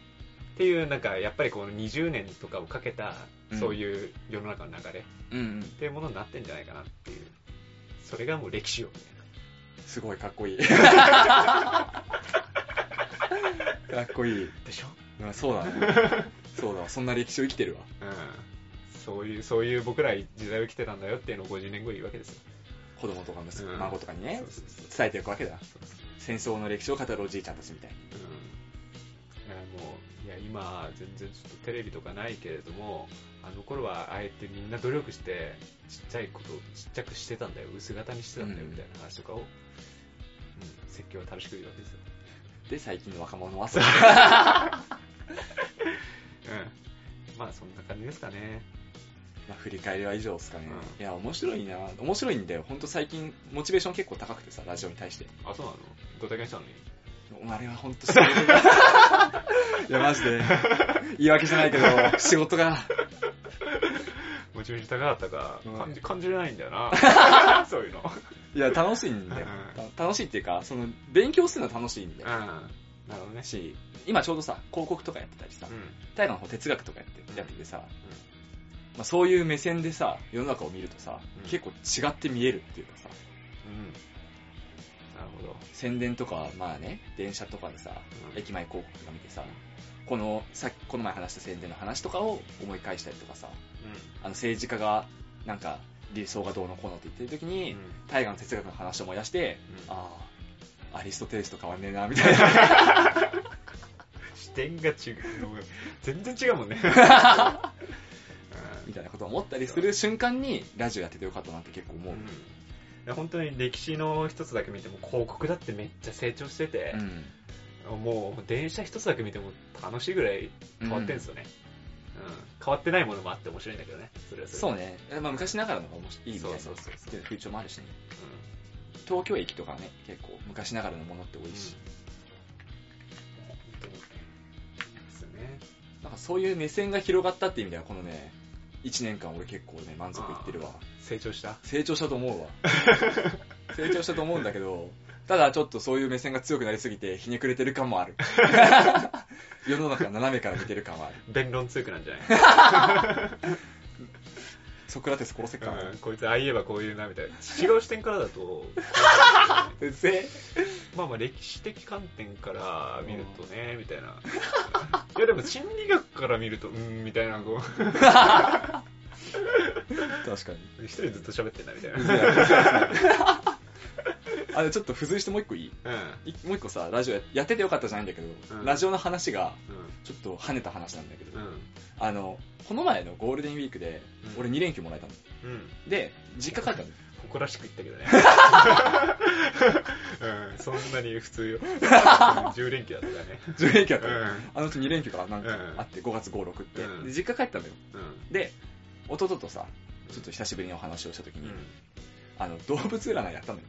っていう、なんか、やっぱりこの20年とかをかけた、うんそういう世の中の流れっうんうん。ていうものになってんじゃないかなっていう。それがもう歴史よ、みたいな。すごいかっ こいい。かっこいい。でしょうんそうだね。そうだわ。そんな歴史を生きてるわ。うん。そういう、そういう僕ら時代を生きてたんだよっていうのを50年後に言うわけですよ。子供とか息子、うん孫とかにねそう、そうそう伝えていくわけそだ。うそう戦争の歴史を語るおじいちゃんたちみたいに。うん。だからもう、いや、今、全然ちょっとテレビとかないけれども、あの頃はああえてみんな努力して、ちっちゃいことをちっちゃくしてたんだよ、薄型にしてたんだよ、うんみたいな話とかを、うん、説教は楽しく言うわけですよ。で、最近の若者 はそう。うん。まあ、そんな感じですかね。まあ、振り返りは以上ですかうね。んいや、面白いな。面白いんだよ。ほんと最近、モチベーション結構高くてさ、ラジオに対して。あ、そうなのドタキャンしたのに。あれはほんと仕事が。 いや、マジで。言い訳じゃないけど、仕事が。モチベーション高かったか、うん感じ、感じれないんだよ な。そういうの。いや、楽しいんだよ。た楽しいっていうか、その、勉強するのは楽しいんうだん。よ。なるほどね。し、今ちょうどさ、広告とかやってたりさ、う大河の方哲学とかやってうんやっててさ、まあ、そういう目線でさ、世の中を見るとさ、うん結構違って見えるっていうかさ、ん。うん。なるほど。宣伝とか、まあね、電車とかでさ、うん駅前広告とか見てさ、この、さっきこの前話した宣伝の話とかを思い返したりとかさ、あの政治家が、なんか、理想がどうのこうのって言ってる時うん。に、うん大河の哲学の話を思い出して、うんああ、アリストテレスと変わんねえな、みたい な。視点が違う。全然違うもん ね。みたいなことを思ったりする瞬間に、ラジオやっててよかったなって結構うん思う。うんいや本当に歴史の一つだけ見ても広告だってめっちゃ成長してて、もう電車一つだけ見ても楽しいぐらい変わってんすよね、うん変わってないものもあって面白いんだけどねそれはそううね。まあ、昔ながらの方が面白いいいみたいな。そうそうそうそうっていう風潮もあるしね。東京駅とかね、結構昔ながらのものって多うん、うん、いし。本当にですよねなんかそういう目線が広がったって意味では、このね、1年間俺結構ね、満足いってるわ。成長した成長した と思うわ。成長したと思うんだけど、ただちょっとそういう目線が強くなりすぎて、ひねくれてる感も ある。世の中斜めから見てる感はある。弁論強くなんじゃないソクラテス殺せっかな。うんこいつああ言えばこういうなみたいな違う視点からだ とうっせまあまあ歴史的観点から見るとね、みたいな。いやでも心理学から見ると、うーん、みたいな、こう、確かに。一人ずっと喋ってんだみたいな。ううん。ずやうずやうずやあ、ちょっと付随してもう一個いいいもう一個さ、ラジオややっててよかったじゃないんだけど、うんラジオの話が、うちょっと跳ねた話なんだけど、ん。あの、この前のゴールデンウィークで、うん俺2連休もらえたの。うん。うん。で、実家帰ったの。誇らしく言ったけど ね。うん、そんなに普 通よ。10連休だったからね。 10連休だっうたの。あのうち2連休からなんかうんあって、5月5、6って、うんで、実家帰ったのよ。ん。うん。で、弟とさ、ちょっと久しぶりにお話をした時うに、ん。あの、動物占いやったのよ。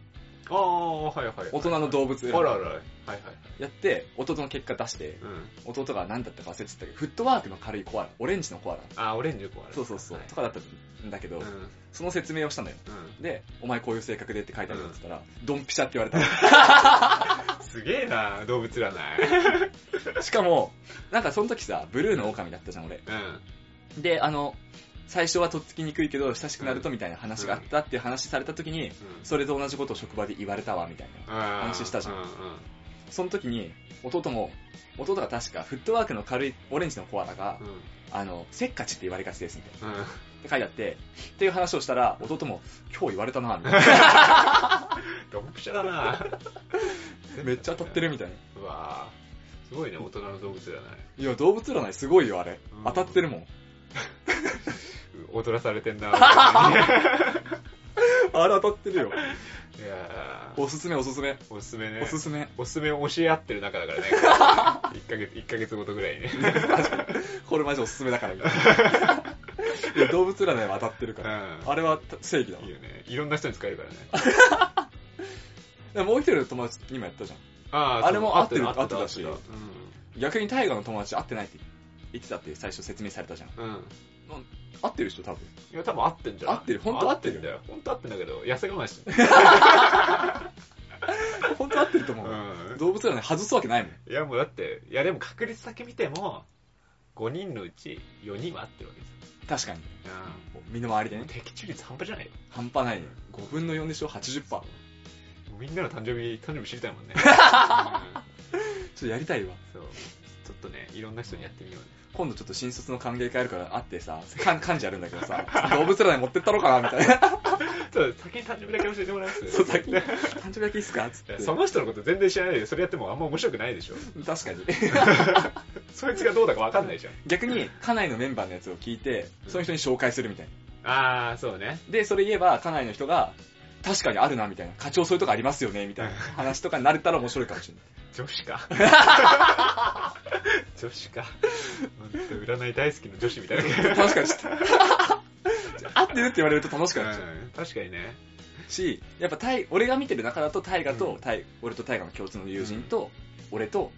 ああ、はいはい。大人の動物あらあ占い。ら。はいはい。やって、弟の結果出して、うん。弟が何だったか忘れてたけど、フットワークの軽いコアラ、オレンジのコアラ、あ、オレンジの子ある。そうそうそう、はいとかだったんだけど、うん。その説明をしたのよ。うん。で、お前こういう性格でって書いてあるよって言ったら、ドンピシャって言われた のすげえな、動物占い。しかも、なんかその時さ、ブルーの狼だったじゃん、俺。うん。で、あの、最初はとっつきにくいけど、親しくなるとみたいな話があったっていう話された時に、それと同じことを職場で言われたわ、みたいな。話話したじゃんうんうん。その時に、弟も、弟が確か、フットワークの軽いオレンジのコアラが、うんあの、せっかちって言われがちです、みたいな。うん。って書いてあって、っていう話をしたら、弟も、今日言われたな、み たいな。ドンピシャだな めっちゃ当たってるみたいな。うわぁ。すごいね、大人の動物占い。いや、動物占いすごいよ、あれうん。当たってるもん。踊らされてんな。俺に あれ当たってるよ。いやー おすすめおすすめ。おすすめね。おすすめ。おすすめを教え合ってる中だから ね。1ヶ月、一ヶ月ごとぐらいね。これマジおすすめだからみたい ないや。動物占いは当たってるから。うあれは正義だわん。いい。よね。いろんな人に使えるからね。でももう一人の友達にもやったじゃん。あ あれも合ってる合合ってたし合っ逆に大河の友達会ってないって言ってたって最初説明されたじゃん。うん。うん。合ってるでしょ、 多分。いや、多分合ってんじゃん。合ってる本当合ってるんだよ。本当合ってんだけど、痩せ我慢してる。本当合ってると思う。う動物占い外すわけないもん。ん。いや、もうだって、いや、でも確率だけ見ても、5人のうち4人は合ってるわけですよ。確かに。うもう身の回りでん。ね。的中率半端じゃないよ。半端ないね。5分の4でしょ、80%。ちょっもうみんなの誕生日、誕生日知りたいもんね。とやりたいわ。うんそう。ちょっとね、いろんな人にやってみようね。今度ちょっと新卒の歓迎会あるから会ってさ、かん 漢字あるんだけどさ、動物占い持ってったろかなみたいな。ちょっと先に誕生日だけ教えてもらえます そう、先に。誕生日だけいいっすかつって。その人のこと全然知らないで、それやってもあんま面白くないでしょ。確かに。そいつがどうだかわかんないじゃん。 逆に、家内のメンバーのやつを聞いて、その人に紹介するみたいな。あー、そうね。で、それ言えば、家内の人が、確かにあるな、みたいな。課長そういうとこありますよね、みたい な話とかになれたら面白いかもしれない。女子 か。女子か。ほんと占い大好きの女子みたいな。 確かにちょっと合ってるって言われると楽しくなっちゃうん確かにね。うし、やっぱタイ、俺が見てる中だと、タイガと、タイ、俺とタイガの共通の友人と、俺と、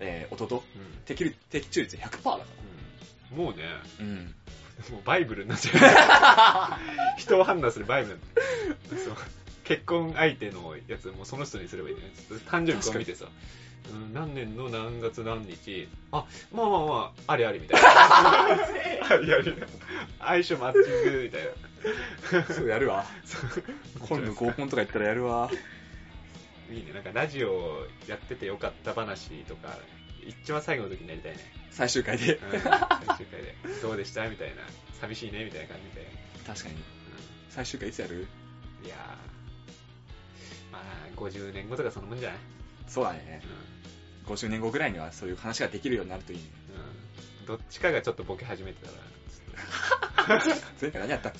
えー、弟、うん的率的中率100%だから。うんもうね、うん。 もうバイブルになっちゃ う。人を判断するバイブルそう結婚相手のやつ、もうその人にすればいいね。誕生日こう見てさ、うん何年の何月何日、あ、まあまあまあ、ありありみたい な。ありあり。相性マッチングみたいな。そうや るわ。そう今度合コンとか行ったらやるわ。いいね、なんかラジオやっててよかった話とか、一番最後の時になりたいね。最終回で。 うん、最終回で。どうでしたみたいな。寂しいねみたいな感じで。確かに。最終回いつやるうん、いやー。まあ、50年後とかそのもんじゃない、そうだねう。 50年後ぐらいにはそういう話ができるようになるといいね。んうん、どっちかがちょっとボケ始めてたら、 前回何やったっけ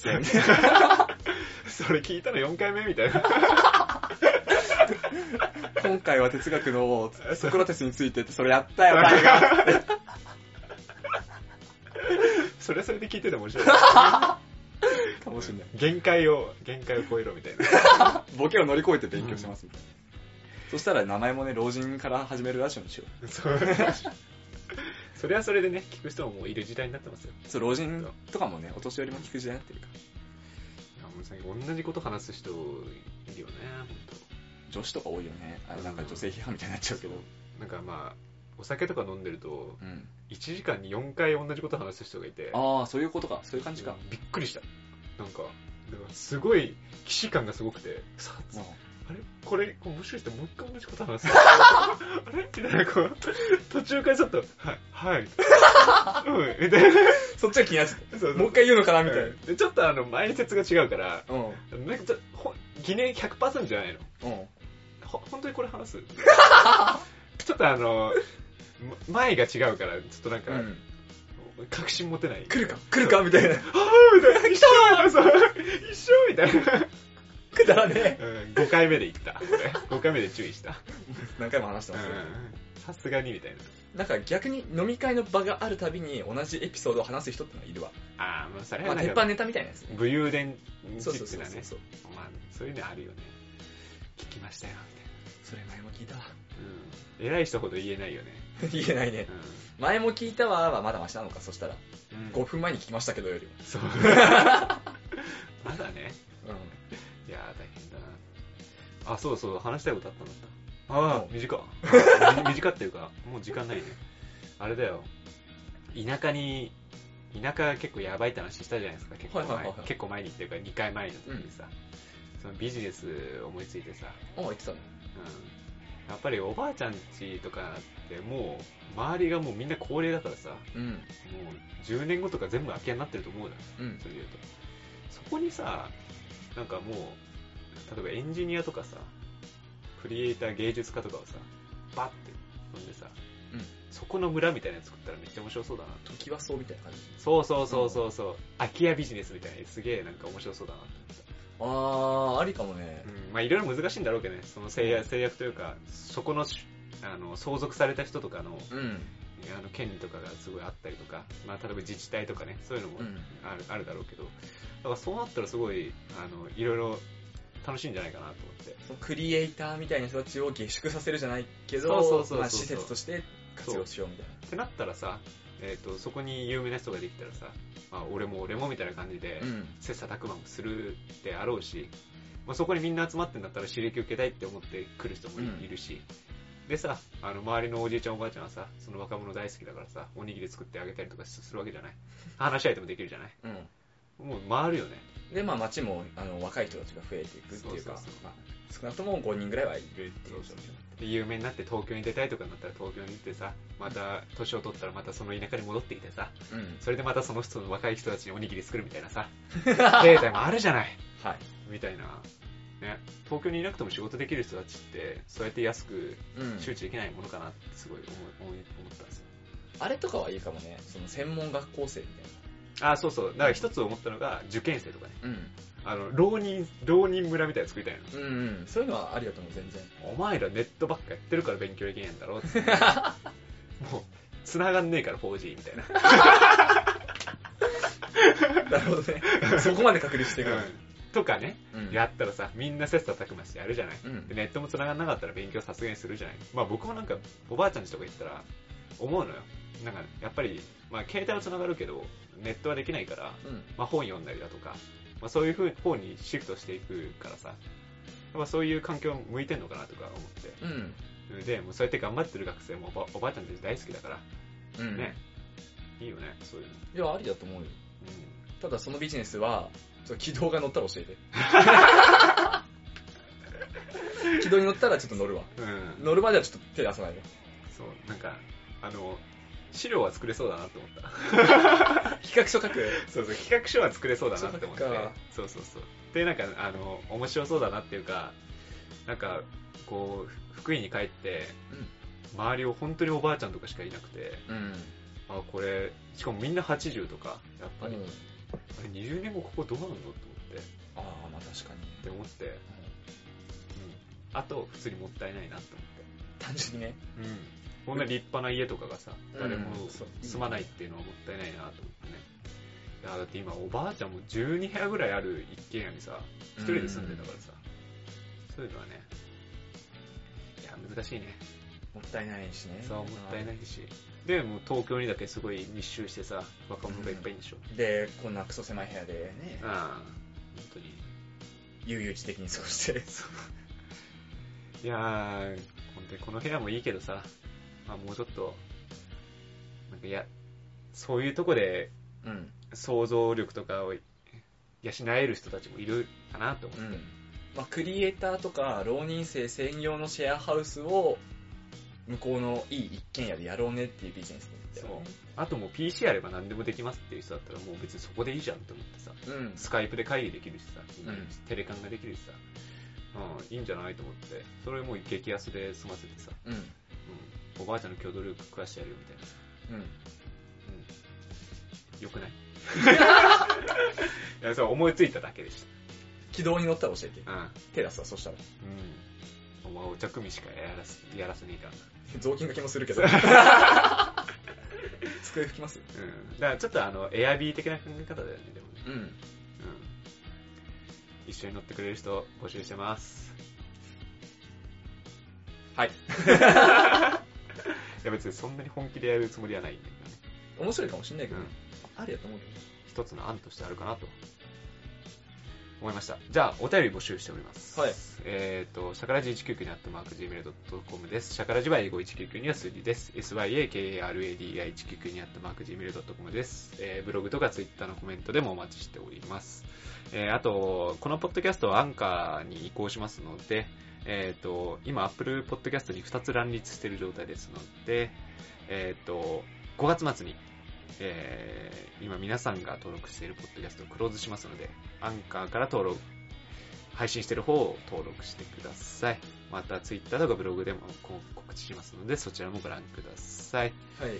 それ聞いたの4回目みたいな。 今回は哲学のソクラテスについてってそれやったよ、タイガーそれはそれで聞いてて面 白い。かもしれない。限界を、限界を超えろみたいな。ボケを乗り越えて勉強しますみたいな。そしたら名前もね、老人から始めるラジオにしよそう。それはそれでね、聞く人ももういる時代になってますよ。う。そう、老人とかもね、お年寄りも聞く時代になってるから。いやもう最近同じこと話す人いるよね、本女子とか多いよね。あのなんか女性批判みたいになっちゃうけど。当。なんかまあ、お酒とか飲んでると、うん。 1時間に4回同じこと話す人がいて、ああ、そういうことか。そういう感じか。びっくりした。なんか、だからすごい、既視感がすごくて、さもうあれこれ、面白い人もう一回同じこと話す あれみたいな、こう、途中からちょっと、はい、 はい、うん、みたいな。そっちが気になっちゃそうそうう。もう一回言うのかなみたいな。うんでちょっとあの、前説が違うから、うん。うん。なんかちょっとほん、疑念100%じゃないの。ほ本当にこれ 話すちょっとあの、ま前が違うから、ちょっとなんか、うん。確信持てない。来るか来るかみたいあな。ーみたいな。一緒そう一緒みたいな。 くだらねうん、5回目で言った。5回目で注意した。何回も話してうますよんさすがにみたいな。なんか逆に飲み会の場があるたびに同じエピソードを話す人ってのがいるわ。ああ、まあそれまはあなん鉄か、板ネタみたいなやつね。武勇伝チそうそックうそうなそねう。。そうまあ、そういうのあるよね。聞きましたよ、みそれ前も聞いたわ。 たいな。うん。偉い人ほど言えないよね。言えないね。う前も聞いたわはまだマシなのか、そしたら。ん。うん5分前に聞きましたけどよりも。そう。 まだね。いやー大うん。変だなあそうそう話したいことあったんだったあー短っ み短っていうかもう時間ないねあれだよ田舎に田舎結構やばいって話したじゃないですか結構前,、はいはいはいはい結構前にっていうか2回前の時にさ、そのビジネス思いついてさ、お言ってたの。うん、やっぱりおばあちゃんちとかってもう周りがもうみんな高齢だからさもうん。う10年後とか全部空き家になってると思うだうん。それで言うと。そこにさ、なんかもう、例えばエンジニアとかさ、クリエイター、芸術家とかをさ、バッて、そんでさ、うんそこの村みたいなの作ったらめっちゃ面白そうだな時はそうみたいな感じそうそうそうそうそう、空き家ビジネスみたいなすげえなんか面白そうだなと思ったあーありかもねうんまあいろいろ難しいんだろうけどね、その制約制約というか、そこのしあの相続された人とかのうん、あの権利とかがすごいあったりとか、まあ、例えば自治体とかね、そういうのもうんある,、あるだろうけど、だからそうなったらすごい、あのいろいろ楽しいんじゃないかなと思って。そのクリエイターみたいな人たちを下宿させるじゃないけどそうそうそうそうまあ、施設として活用しようみたいなってなったらさ、えー、とそこに有名な人ができたらさ、まあ、俺も俺もみたいな感じで、うん切磋琢磨もするであろうし、まあ、そこにみんな集まってんだったら刺激を受けたいって思って来る人もいうんいるし、でさあの周りのおじいちゃんおばあちゃんはさその若者大好きだからさおにぎり作ってあげたりとかすするわけじゃない話し合いでもできるじゃないうんもう回るよねでまあ街もあの若い人たちが増えていくっていうかそうそうそうまあ、少なくとも5人ぐらいはいるっていう状況で有名になって東京に出たいとかになったら東京に行ってさまた年を取ったらまたその田舎に戻ってきてさうんそれでまたその人の若い人たちにおにぎり作るみたい なさ経済もあるじゃないはいみたいな、ね、東京にいなくても仕事できる人たちってそうやって安くうん周知できないものかなってすごい思い思い思ったんですよ。あれとかはいいかもねその専門学校生みあそうそう。だから一つ思ったのが、受験生とかね。たいなあの、浪人、浪人村みたいなの作りたいうんうんうんそういうのはありだと思う全然 の。お前らネットばっかやってるから勉強できないんだろっ つってもう、繋がんねえから 4G みたいな。なるほど ねそこまで確立していくのうんとかね、うんやったらさ、みんな切磋琢磨してやるじゃない。うんでネットも繋がんなかったら勉強削減するじゃない。まあ僕もなんか、おばあちゃんちとか行ったら、思うのよ。なんか、やっぱり、まあ携帯は繋がるけど、ネットはできないから、うんまあ本読んだりだとか、まあそういうふう方にシフトしていくからさ、まあそういう環境向いてんのかなとか思っうて。んで、もうそうやって頑張ってる学生もおばおばあちゃんたち大好きだから、うんね。いいよね、そういうの。いやありだと思うよただそのビジネスは、ちょっと軌道が乗ったら 教えて。軌道に乗ったらちょっと乗るわ。うん。乗るまではちょっと手出さないよ。そう、なんか、あの、資料は作れそうだなと思った。 企画書書く。そうそう、企画書は作れそうだなって思ってそうか。そうそうそう。で、なんか、あの、面白そうだなっていうか、なんか、こう、福井に帰って、周りを本当におばあちゃんとかしかいなくて、うん。あ、これ、しかもみんな80とか、やっぱり、うんあれ20年後ここどうなるのと思って、ああ、まあ確かに。って思って、あと、普通にもったいないなと思単純にね。って。こんな立派な家とかがさ、誰もうんそう住まないっていうのはもったいないなと思ってね。いや、だって今、おばあちゃんも12部屋ぐらいある一軒家にさ、一人で住んでたからさ、そういうのはね、いや、難しいね。もったいないしね。そう、もったいないし。で、もう東京にだけすごい密集してさ、若者がいっぱいいるでしょ。い。で、こんなクソ狭い部屋でねう、ん、本当に。悠々自適に過ご して。いやー、本当にこの部屋もいいけどさ、まあ、もうちょっと、なんかや、そういうとこでうん。想像力とかを養える人たちもいるかなと思うう。ん。まあクリエイターとか、浪人生専用のシェアハウスを、向こうのいい一軒家でやろうねっていうビジネスだよねあともう PC あれば何でもできますっていう人だったらもう別にそこでいいじゃんって思ってさ、うん。スカイプで会議できるしさ、みんなでうんテレカンができるしさ、うん、いいんじゃないと思って、それもう激安で済ませてさ、うん。うん、おばあちゃんの郷土料理食わしてやるよみたいなさ、うん。うん。よくない いや、そう思いついただけでし軌道に乗ったら教えて。た。うん。手出すわ、そしたら。うん。お前お茶組しかやらす、やらせねえから雑巾がけもするけ ど。机拭きますな。うん。だからちょっとあの、エアビー的な考え方だよね、でもね。うん。うん。一緒に乗ってくれる人募集してます。はい。いや別にそんなに本気でやるつもりはないんだけどね。面白いかもしんないけど、うんありだと思うけどね。一つの案としてあるかなと思いました。じゃあ、お便り募集しております。はい。えっ、と、シャカラジ199にアットマーク Gmail.com です。シャカラジは英語199には数字です。syakaradi199 にアットマーク Gmail.com です。えーブログとかツイッターのコメントでもお待ちしております。えーあと、このポッドキャストはアンカーに移行しますので、えっ、と、今、Apple Podcast に2つ乱立している状態ですので、えっ、と、5月末にえー今皆さんが登録しているポッドキャストをクローズしますので、アンカーから登録、配信してる方を登録してください。また、ツイッターとかブログでもこ告知しますので、そちらもご覧ください。はい。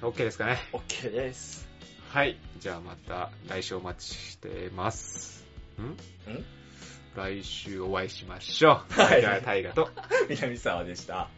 OK ですかね。 OK です。はい。じゃあまた来週お待ちしてます。んん 来週お会いしましょう。はいじゃあ、大河と。南沢でした。